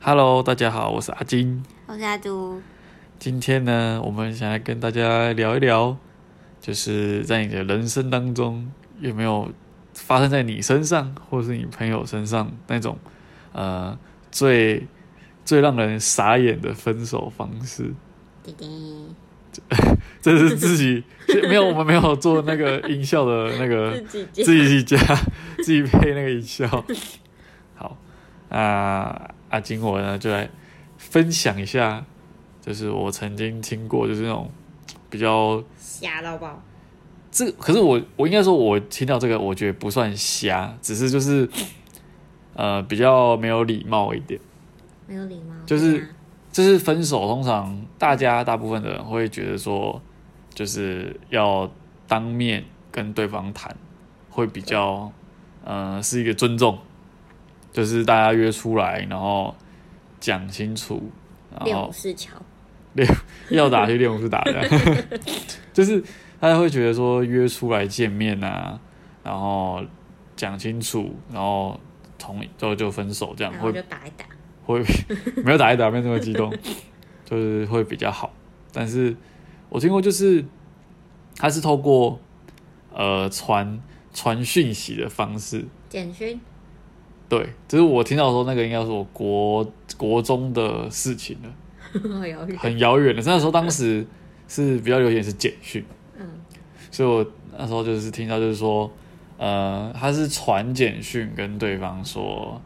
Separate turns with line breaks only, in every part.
Hello，大家好，我是阿金。
我是阿朱，
今天呢，我们想来跟大家聊一聊，就是在你的人生当中有没有发生在你身上，或是你朋友身上那种呃最最让人傻眼的分手方式？
弟弟
这是自己没有，我们没有做那个音效的那个
自己接
自己加，自己配那个音效。 好，那阿金我呢就来分享一下，就是我曾经听过，就是那种比较
吓到爆，
这，可是我我应该说，我听到这个，我觉得不算瞎，只是就是呃比较没有礼貌一点。
没有礼貌，
就是
对啊
就是分手，通常大家大部分的人会觉得说，就是要当面跟对方谈，会比较，呃，是一个尊重，就是大家约出来，然后讲清楚，然
练
后
武士桥，
要打去练武术打 的，就是他会觉得说约出来见面啊，然后讲清楚，然后同意之后就分手，这样
然
会
后就打一打，
会 没有打一打，没有那么激动， 就是会比较好。但是我听过，就是呃他是透过呃传传讯息的方式，
简 讯
对，就是我听到说那个应该是我国国中的事情了，
好遥远，
很遥远的。那时候当时是比较流行是简讯，
嗯，
所以我那时候就是听到就是说，呃，他是传简讯跟对方说，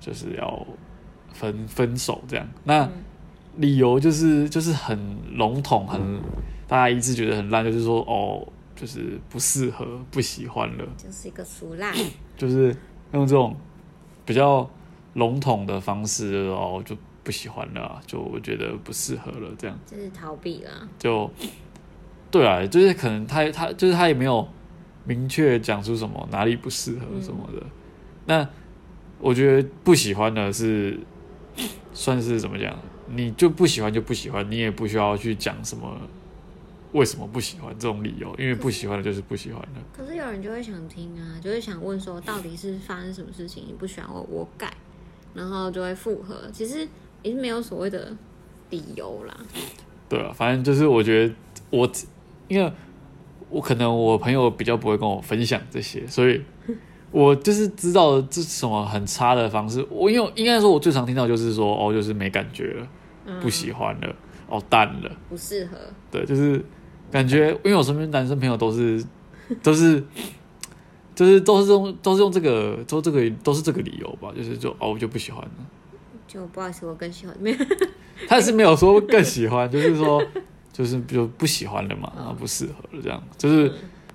就是要分分手这样。那、
嗯
理由就是就是很笼统，很大家一致觉得很烂，就是说哦，就是不适合，不喜欢了，
就是一个俗辣，
就是用这种比较笼统的方式，就是哦，就不喜欢了啊，就我觉得不适合了，这样
就是逃避啦，
就对啊，就是可能他他就是他也没有明确讲出什么哪里不适合什么的。那我觉得不喜欢的是算是怎么讲？你就不喜欢就不喜欢，你也不需要去讲什么为什么不喜欢这种理由，因为不喜欢的就是不喜欢的。
可是有人就会想听啊，就会想问说，到底是发生什么事情？你不喜欢我，我改，然后就会复合。其实也是没有所谓的理由啦，
对啊，反正就是我觉得我，因为我可能我朋友比较不会跟我分享这些，所以我就是知道这是什么很差的方式。我因为应该说，我最常听到就是说，哦，就是没感觉了，
嗯
不喜欢了，哦，淡了，
不适合，
对，就是感觉，因为我身边男生朋友都是都是。就是都是用都是用这个都这个都是这个理由吧，就是就哦我就不喜欢了，
就不好意思，我更喜欢 没有，
他也是没有说更喜欢，就是说 就是就不喜欢了嘛，然啊后不适合了这样，就是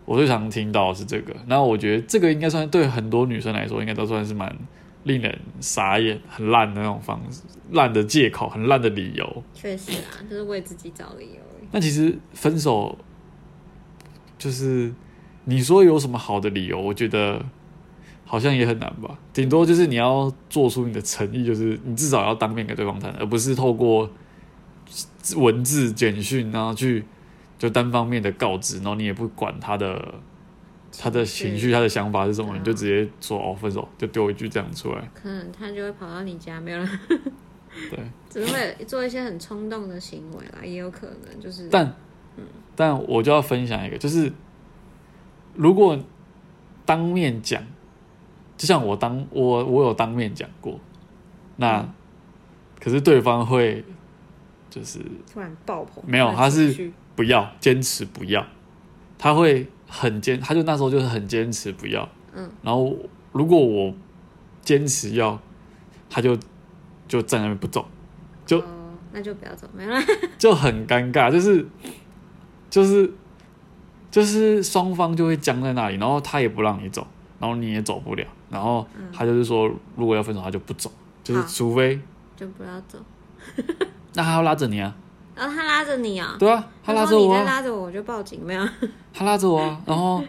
我最常听到的是这个。然后我觉得这个应该算对很多女生来说，应该都算是蛮令人傻眼、很烂的那种方式，烂的借口、很烂的理由。
确实啊，就是为自己找理由而已。
那其实分手就是你说有什么好的理由，我觉得好像也很难吧。顶多就是你要做出你的诚意，就是你至少要当面给对方谈，而不是透过文字简讯，然后去就单方面的告知，然后你也不管他的他的情绪、他的想法是什么，
对啊
你就直接说哦分手，就丢一句这样出来。
可能他就会跑到你家，没有人，
对，
只是会做一些很冲动的行为啦，也有可能就是，
但，但我就要分享一个，就是如果当面讲，就像我当我我有当面讲过，那、
嗯
可是对方会就是
突然爆棚，
没有
突然情绪
不要坚持不要，他会很坚，他就那时候就是很坚持不要，
嗯，
然后如果我坚持要，他就就站在那边不走，就
哦，那就不要走，没有啦，
就很尴尬，就是就是就是双方就会僵在那里，然后他也不让你走，然后你也走不了，然后他就是说，如果要分手，他就不走，就是
嗯好
除非
就不要走。
那他要拉着你啊，
然后他拉着你啊、
对啊，他拉着
说你
我
再
啊，
拉着我，我就报警，没有，
他拉着我啊，然后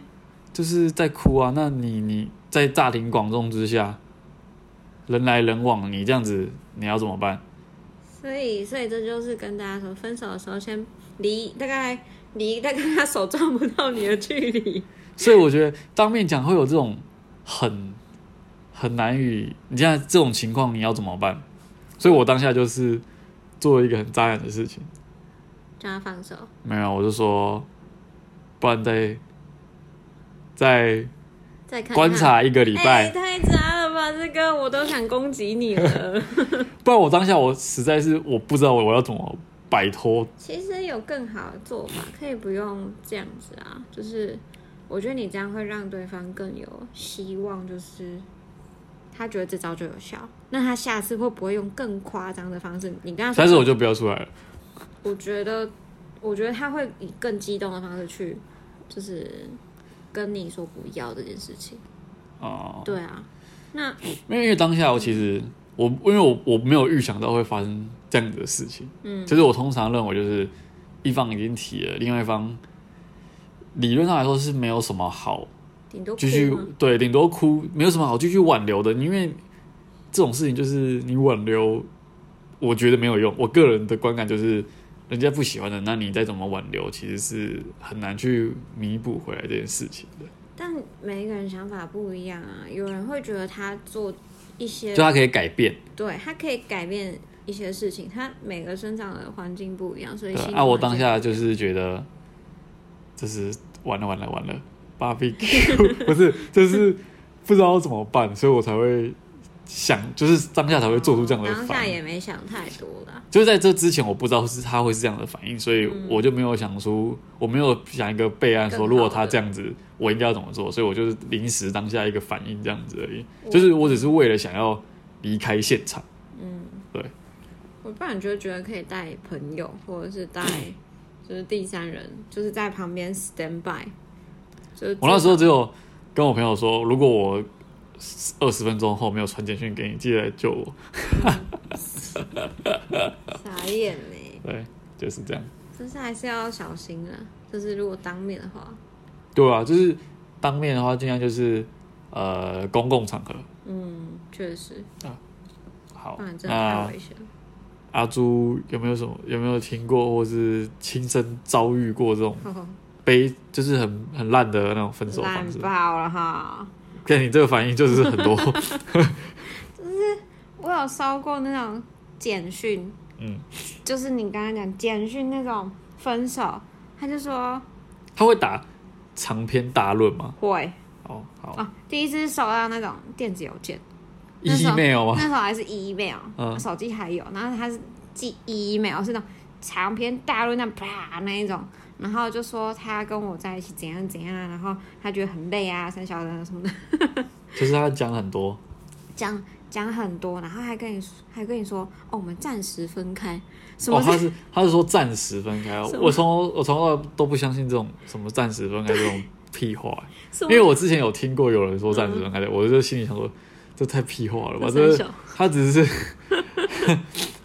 就是在哭啊，那你你在大庭广众之下，人来人往，你这样子你要怎么办？
所以所以这就是跟大家说，分手的时候先离大概离大概他手抓不到你的距离，
所以我觉得当面讲会有这种很很难以，你现在这种情况你要怎么办？所以我当下就是做了一个很渣男的事情，
叫他放手，
没有，我就说，不然再再
再看看
观。察一个礼
哎、
拜，
太渣了吧！这个我都想攻击你了。
不然我当下我实在是我不知道我要怎么摆脱，
其实有更好的做法，可以不用这样子啊。就是我觉得你这样会让对方更有希望，就是他觉得这招就有效。那他下次会不会用更夸张的方式？你跟他说，
但是我就不要出来了。
我觉得，我觉得他会以更激动的方式去，就是跟你说不要这件事情。
哦、
对啊，那
没有，因为当下我其实我因为我我没有预想到会发生这样子的事情，
嗯，
就是我通常认为就是一方已经提了，另外一方理论上来说是没有什么好
顶多哭
继续
嘛
对，顶多哭，没有什么好继续挽留的，因为这种事情就是你挽留，我觉得没有用。我个人的观感就是，人家不喜欢的，那你再怎么挽留，其实是很难去弥补回来这件事情的。
但每一个人想法不一样啊，有人会觉得他做一些
就他可以改变，
对他可以改变一些事情，他每个生长的环境不一样，所以
对
心。理
啊，我
环境
当下就是觉得，就是完了完了完了，barbecue 不是，就是不知道怎么办，所以我才会想，就是当下才会做出这样的
哦当
反
下
应。
也没想太多啦。
就是在这之前，我不知道是他会是这样的反应，所以我就没有想出，我没有想一个备案说，
嗯更好的
如果他这样子，我应该要怎么做，所以我就是临时当下一个反应这样子而已，就是我只是为了想要离开现场，
我不然就觉得可以带朋友，或者是带就是第三人，就是在旁边 stand by。就是
我那时候只有跟我朋友说，如果我二十分钟后没有传简讯给你，记得来救我，
傻眼呢、
对，就是这样，
但是还是要小心啊。就是如果当面的话，
对啊，就是当面的话，尽量就是呃公共场合，
嗯，确实，
好
不然，嗯真的太
那
危险了。
阿朱有没有什么有没有听过或是亲身遭遇过这种？悲，就是很很烂的那种分手
哦烂
方式。
爆了哈！
看你这个反应，就是很多，
我有收过那种简讯，
嗯，
就是你刚刚讲简讯那种分手，他就说
他会打长篇大论吗？
会
哦，好
啊，第一次收到那种电子邮件，那时候
，email
那
吗？
时候还是 email，、
嗯
手机还有，然后他是寄 email 是那种长篇大论那种啪那一种，然后就说他跟我在一起怎样怎样，然后他觉得很累啊，三小的什么的，
就是他讲很多，
讲讲很多，然后还跟你说还跟你说哦，我们暂时分开，什么
哦，
是
他是他是说暂时分开，
什么
我从我从来都不相信这种什么暂时分开这种屁话，
什
因
么
为我之前有听过有人说暂时分开的，我就心里想说这太屁话了吧，
嗯这
这
三小
他只是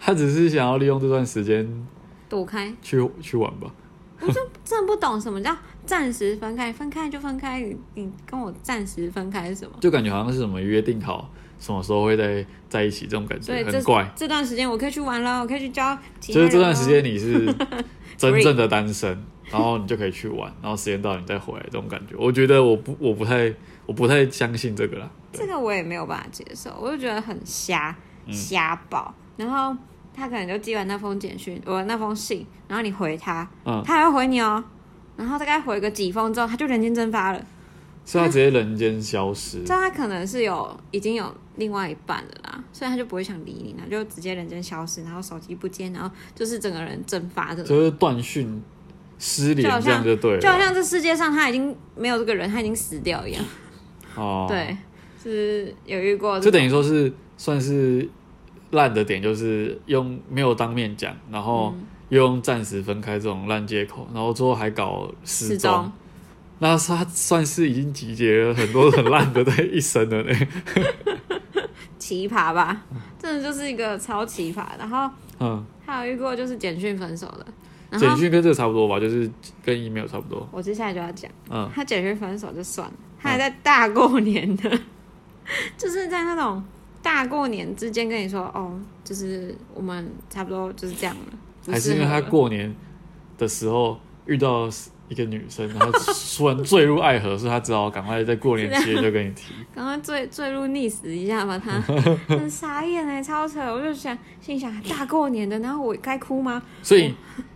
他只是想要利用这段时间
躲开。
去去玩吧，
真的不懂什么叫暂时分开，分开就分开，你你跟我暂时分开是什么？
就感觉好像是什么约定好什么时候会在在一起这种感
所
觉，
以这
很怪。
这段时间我可以去玩了，我可以去交其他
就是
人了
这段时间你是 真正的单身，然后你就可以去玩，然后时间到了你再回来这种感觉。我觉得我不我不太我不太相信这个啦。
这个我也没有办法接受，我就觉得很瞎瞎爆。然后他可能就寄完那封简讯，我那封信，然后你回他，
嗯
他还会回你哦。然后大概回个几封之后，他就人间蒸发了。
所以他直接人间消失
这。样他可能是有已经有另外一半了啦，所以他就不会想理你，然后就直接人间消失，然后手机不接，然后就是整个人蒸发的。
就是断讯、失联
就好像
这样就对啊
就好
了。
像这世界上他已经没有这个人，他已经死掉一样。
哦，，
对，是有遇过这
就
种，
等于说是算是烂的点，就是用没有当面讲，然后
嗯
又用暂时分开这种烂借口，然后最后还搞
失
失踪
踪。。
那他算是已经集结了很多很烂的在一身了呢。
奇葩吧，真的就是一个超奇葩。然后
嗯，
还有遇过就是简讯分手的，然
简
后
讯跟这个差不多吧，就是跟 email 差不多。
我接下来就要讲，
嗯，
他简讯分手就算了，他还在大过年的， 就是在那种大过年之间跟你说哦，就是我们差不多就是这样了，不
还是因为
适合
他
了
过年的时候遇到一个女生，然后突然坠入爱河，所以她只好赶快在过年期间就跟你提。
赶快坠坠入溺死一下 吧，他很傻眼哎、超扯！我就想心想啊大过年的，然后我该哭吗？
所以，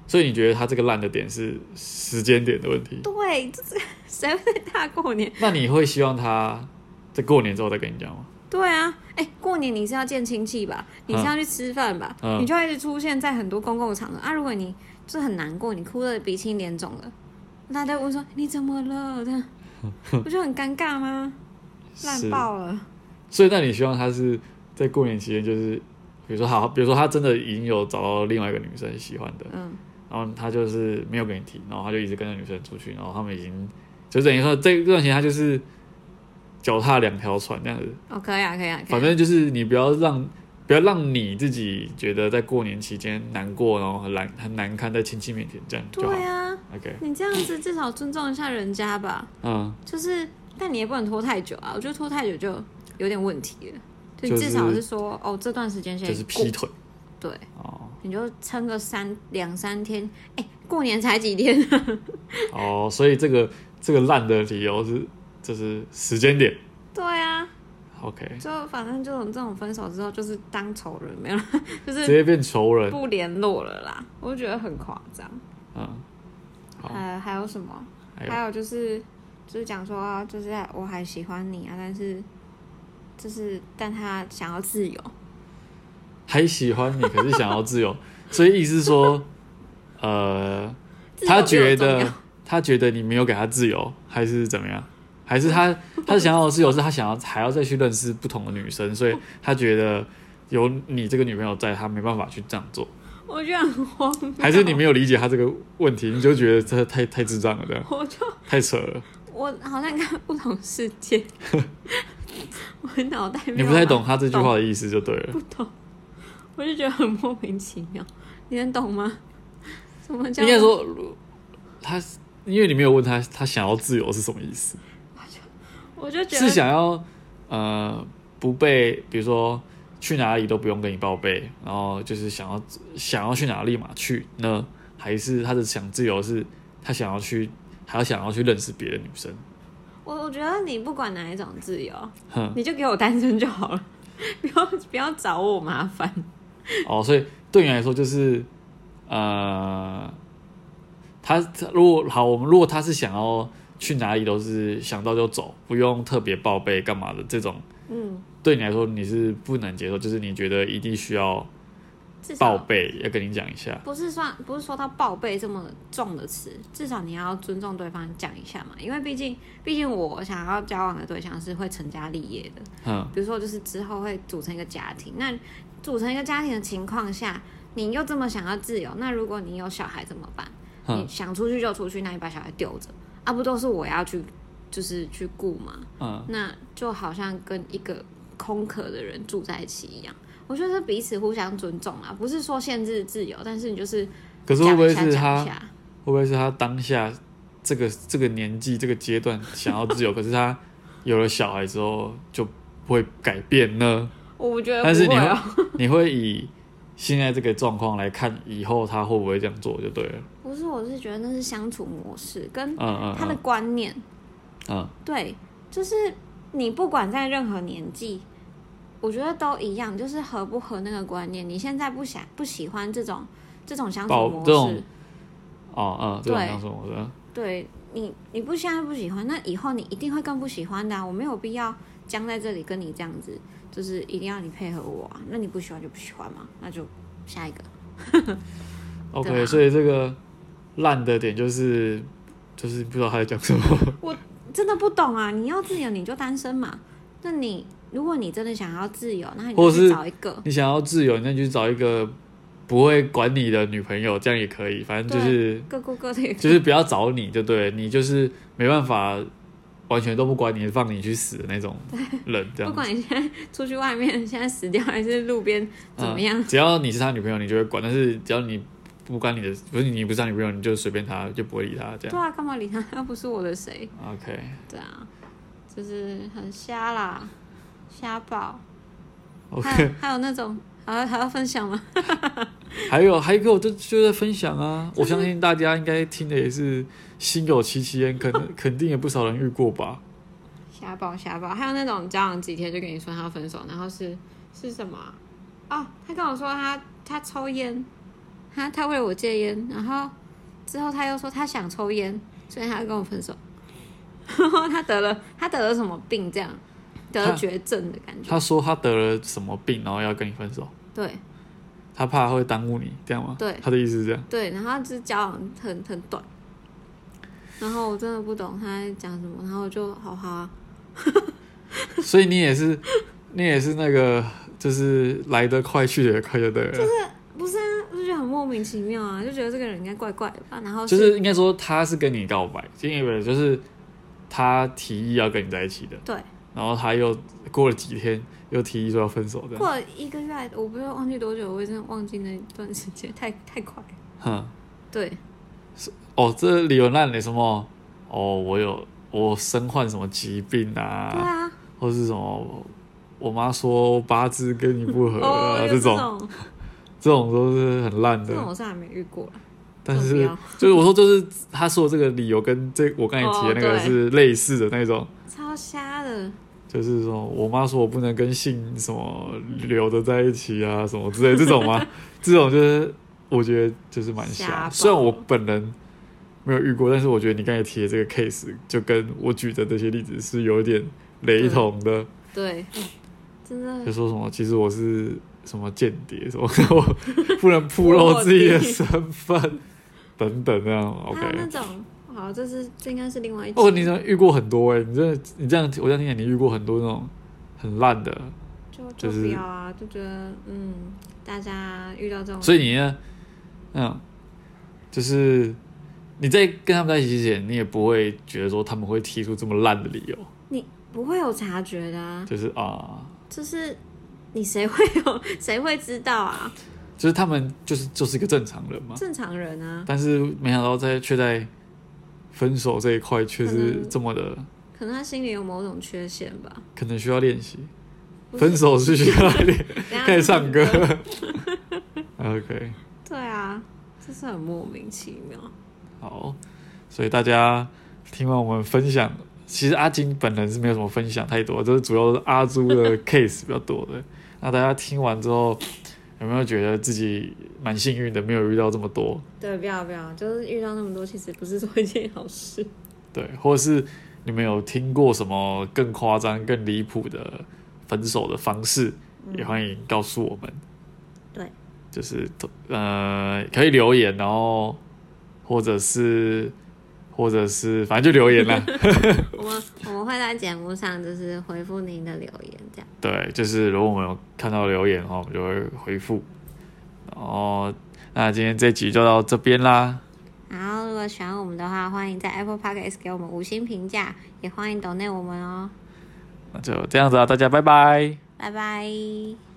所以你觉得她这个烂的点是时间点的问题？
对，这是谁会大过年？
那你会希望她在过年之后再跟你讲吗？
对啊，哎、过年你是要见亲戚吧？你是要去吃饭吧？
嗯
你就要一直出现在很多公共场合啊！如果你就很难过，你哭的鼻青脸肿的，大家会问说你怎么了？这 样不就很尴尬吗？烂
是
爆了！
所以，那你希望她是在过年期间，就是比如说好，比如说她真的已经有找到另外一个女生喜欢的，
嗯，
然后她就是没有跟你提，然后她就一直跟着女生出去，然后他们已经就等于说这段时间她就是脚踏两条船那样子。
哦，可以啊，可以啊，可以啊
反正就是你不要让不要让你自己觉得在过年期间难过，然后很难很难看在亲戚面前这样就好。
对啊，
OK，
你这样子至少尊重一下人家吧。
嗯，
就是，但你也不能拖太久啊。我觉得拖太久就有点问题了。就
就
你
是
至少是说，哦，这段时间先
就是
过
劈，腿
对，
哦
你就撑个三两三天。哎、过年才几天？啊
哦，所以这个这个烂的理由是就是时间点
对啊，
，OK，
就反正这种这种分手之后，就是当仇人没有啦，就
直
是
接变仇人，
不联络了啦。我就觉得很夸张。
嗯，好
呃，还有什么？
还有
还有就是，就是讲说啊，就是我还喜欢你啊，但是，就是但他想要自由，
还喜欢你，可是想要自由，所以意思是说，呃，
自由
他
比我
觉
重要
得他觉得你没有给他自由，还是怎么样？还是 他他想要的自由是他想要还要再去认识不同的女生，所以他觉得有你这个女朋友在，他没办法去这样做。
我觉得很荒谬。
还是你没有理解他这个问题，你就觉得这太太智障了，这样
我就
太扯了，
我好像看不懂世 界，我脑袋没
你
有啊
不太懂他这句话的意思就对了
不。懂，我就觉得很莫名其妙，你能懂吗？什么叫
应该说他，因为你没有问他他想要自由是什么意思。
我就觉得
是想要呃不被，比如说去哪里都不用跟你报备，然后就是想要想要去哪立马去呢？还是他的想自由是，他想要去，还要想要去认识别的女生？
我我觉得你不管哪一种自由，
哼，
你就给我单身就好了， 不要不要找我麻烦。
哦，所以对你来说就是呃，他他如果好，我们如果他是想要去哪里都是想到就走，不用特别报备干嘛的这种，
嗯，
对你来说你是不能接受，就是你觉得一定需要
至少
报备，要跟你讲一下。
不是算不是说到报备这么重的词，至少你要尊重对方讲一下嘛，因为毕竟毕竟我想要交往的对象是会成家立业的，
嗯，
比如说就是之后会组成一个家庭，那组成一个家庭的情况下，你又这么想要自由，那如果你有小孩怎么办？
嗯
你想出去就出去，那你把小孩丢着，啊不都是我要去就是去顾嘛？
嗯，
那就好像跟一个空壳的人住在一起一样。我觉得是彼此互相尊重啊，不是说限制自由，但是你就是
可是会
讲
不
一
会
下
是
讲
他
一
会
下，
不会是他当下这个这个年纪这个阶段想要自由，可 是他有了小孩之后就不会改变呢？
我觉得
但是
不
你
会
会
哦、
你会以现在这个状况来看，以后他会不会这样做就对了。
不是，我是觉得那是相处模式跟
嗯嗯
他的
嗯
观念。
嗯，
对，就是你不管在任何年纪，我觉得都一样，就是合不合那个观念。你现在不想不喜欢这种这种相处
保
模
这种
式，
哦嗯，这种
对
像什么的，
对你你不现在不喜欢，那以后你一定会更不喜欢的啊、我没有必要僵在这里跟你这样子，就是一定要你配合我、啊。那你不喜欢就不喜欢嘛，那就下一个。对
OK，
啊
所以这个烂的点就是就是不知道他在讲什么。
真的不懂啊！你要自由你就单身嘛。那你如果你真的想要自由，那你
或
就
是
去找一个。
你想要自由，那你就找一个不会管你的女朋友，这样也可以，反正就是。
各过各的也可以
就是不要找你就对了，你就是没办法完全都不管你，放你去死的那种人，这样
不
子
管你现在出去外面，现在死掉还是路边怎么样，
嗯只要你是他女朋友，你就会管；但是只要你不管你的，不是你不是他女朋友，你就随便他，就不会理他这
对
样。
啊，干嘛理他？又不是我的谁，
OK，
对啊，就是很瞎啦，瞎爆。
OK
还有还有那种还还要分享吗？
还有还有一个，我就就在分享啊，我相信大家应该听的也是心有戚戚 焉，可能肯定也不少人遇过吧。
瞎报瞎报，还有那种交往几天就跟你说他要分手，然后是是什么啊、哦，他跟我说他他抽烟，他他为了我戒烟，然后之后他又说他想抽烟，所以他要跟我分手。 然后他得了他得了什么病？这样得了
他
绝症的感觉。
他说他得了什么病，然后要跟你分手，
对
他怕会耽误你，这样吗？
对
他的意思是这样。
对，然后他就是交往很很短，然后我真的不懂他在讲什么，然后我就好好、啊，
所以你也是，你也是那个，就是来得快去得也快就对了，就是
不是啊，我就觉得很莫名其妙啊，就觉得这个人应该怪怪的吧。然后
应该说他是跟你告白，因为就是他提议要跟你在一起的，
对，
然后他又过了几天又提议说要分手这样，
过了一个月，我不知道忘记多久，我已经忘记那段时间，太太快了。
哼，
对，
哦，这理由烂了什么？哦，我有我身患什么疾病
对
啊，
啊，
或是什么？我妈说八字跟你不合啊，
哦，有
这
这
种
种
这种都是很烂的。
这种我是还没遇过啦。
但
更不
是
要
就是我说，就是他说的这个理由跟这我刚才提的那
哦
个
对
是类似的那种，
超瞎的，
就是说我妈说我不能跟姓什么留的在一起啊，什么之类这种 吗？这种就是我觉得就是蛮
瞎
瞎
爆
的。虽然我本人没有遇过，但是我觉得你刚才提的这个 case 就跟我举的这些例子是有一点雷同的，
对，哎真的
就说什么其实我是什么间谍什么，我不 能暴露自己的身份等等啊。OK，
还有那种，好，这是这应该是另外一集
哦，你真的遇过很多哎、你真的你这样，我这样听起来你遇过很多那种很烂的，
就就
就
不
是
要啊，就觉得嗯，大家遇到这种，
所以你呢，嗯，就是你在跟他们在一起之前，你也不会觉得说他们会提出这么烂的理由，
你不会有察觉的啊，
就是啊、
就是你谁会有谁会知道啊？
就是他们就是就是一个正常人嘛，
正常人啊，
但是没想到在却在分手这一块却是这么的，
可能他心里有某种缺陷 吧。
可能需要练习，
不是
分手是需要练，
等一下
开始唱歌，OK。
对啊，这是很莫名其妙。
好，所以大家听完我们分享，其实阿金本人是没有什么分享太多，就是主要是阿朱的 case 比较多的。那大家听完之后，有没有觉得自己蛮幸运的，没有遇到这么多？
对，不要不要，就是遇到那么多，其实不是说一件好事。
对，或者是你们有听过什么更夸张、更离谱的分手的方式，也欢迎告诉我们。
对，
就是呃，可以留言，然后或者是或者是反正就留言啦。
我们我们会在节目上就是回复您的留言，这样。
对，就是如果我们有看到留言的话，我们就会回复。然后，那今天这集就到这边啦。
然后，如果喜欢我们的话，欢迎在 Apple Podcast 给我们五星评价，也欢迎 d o 我们哦。
那就这样子啊，大家拜拜。
拜拜。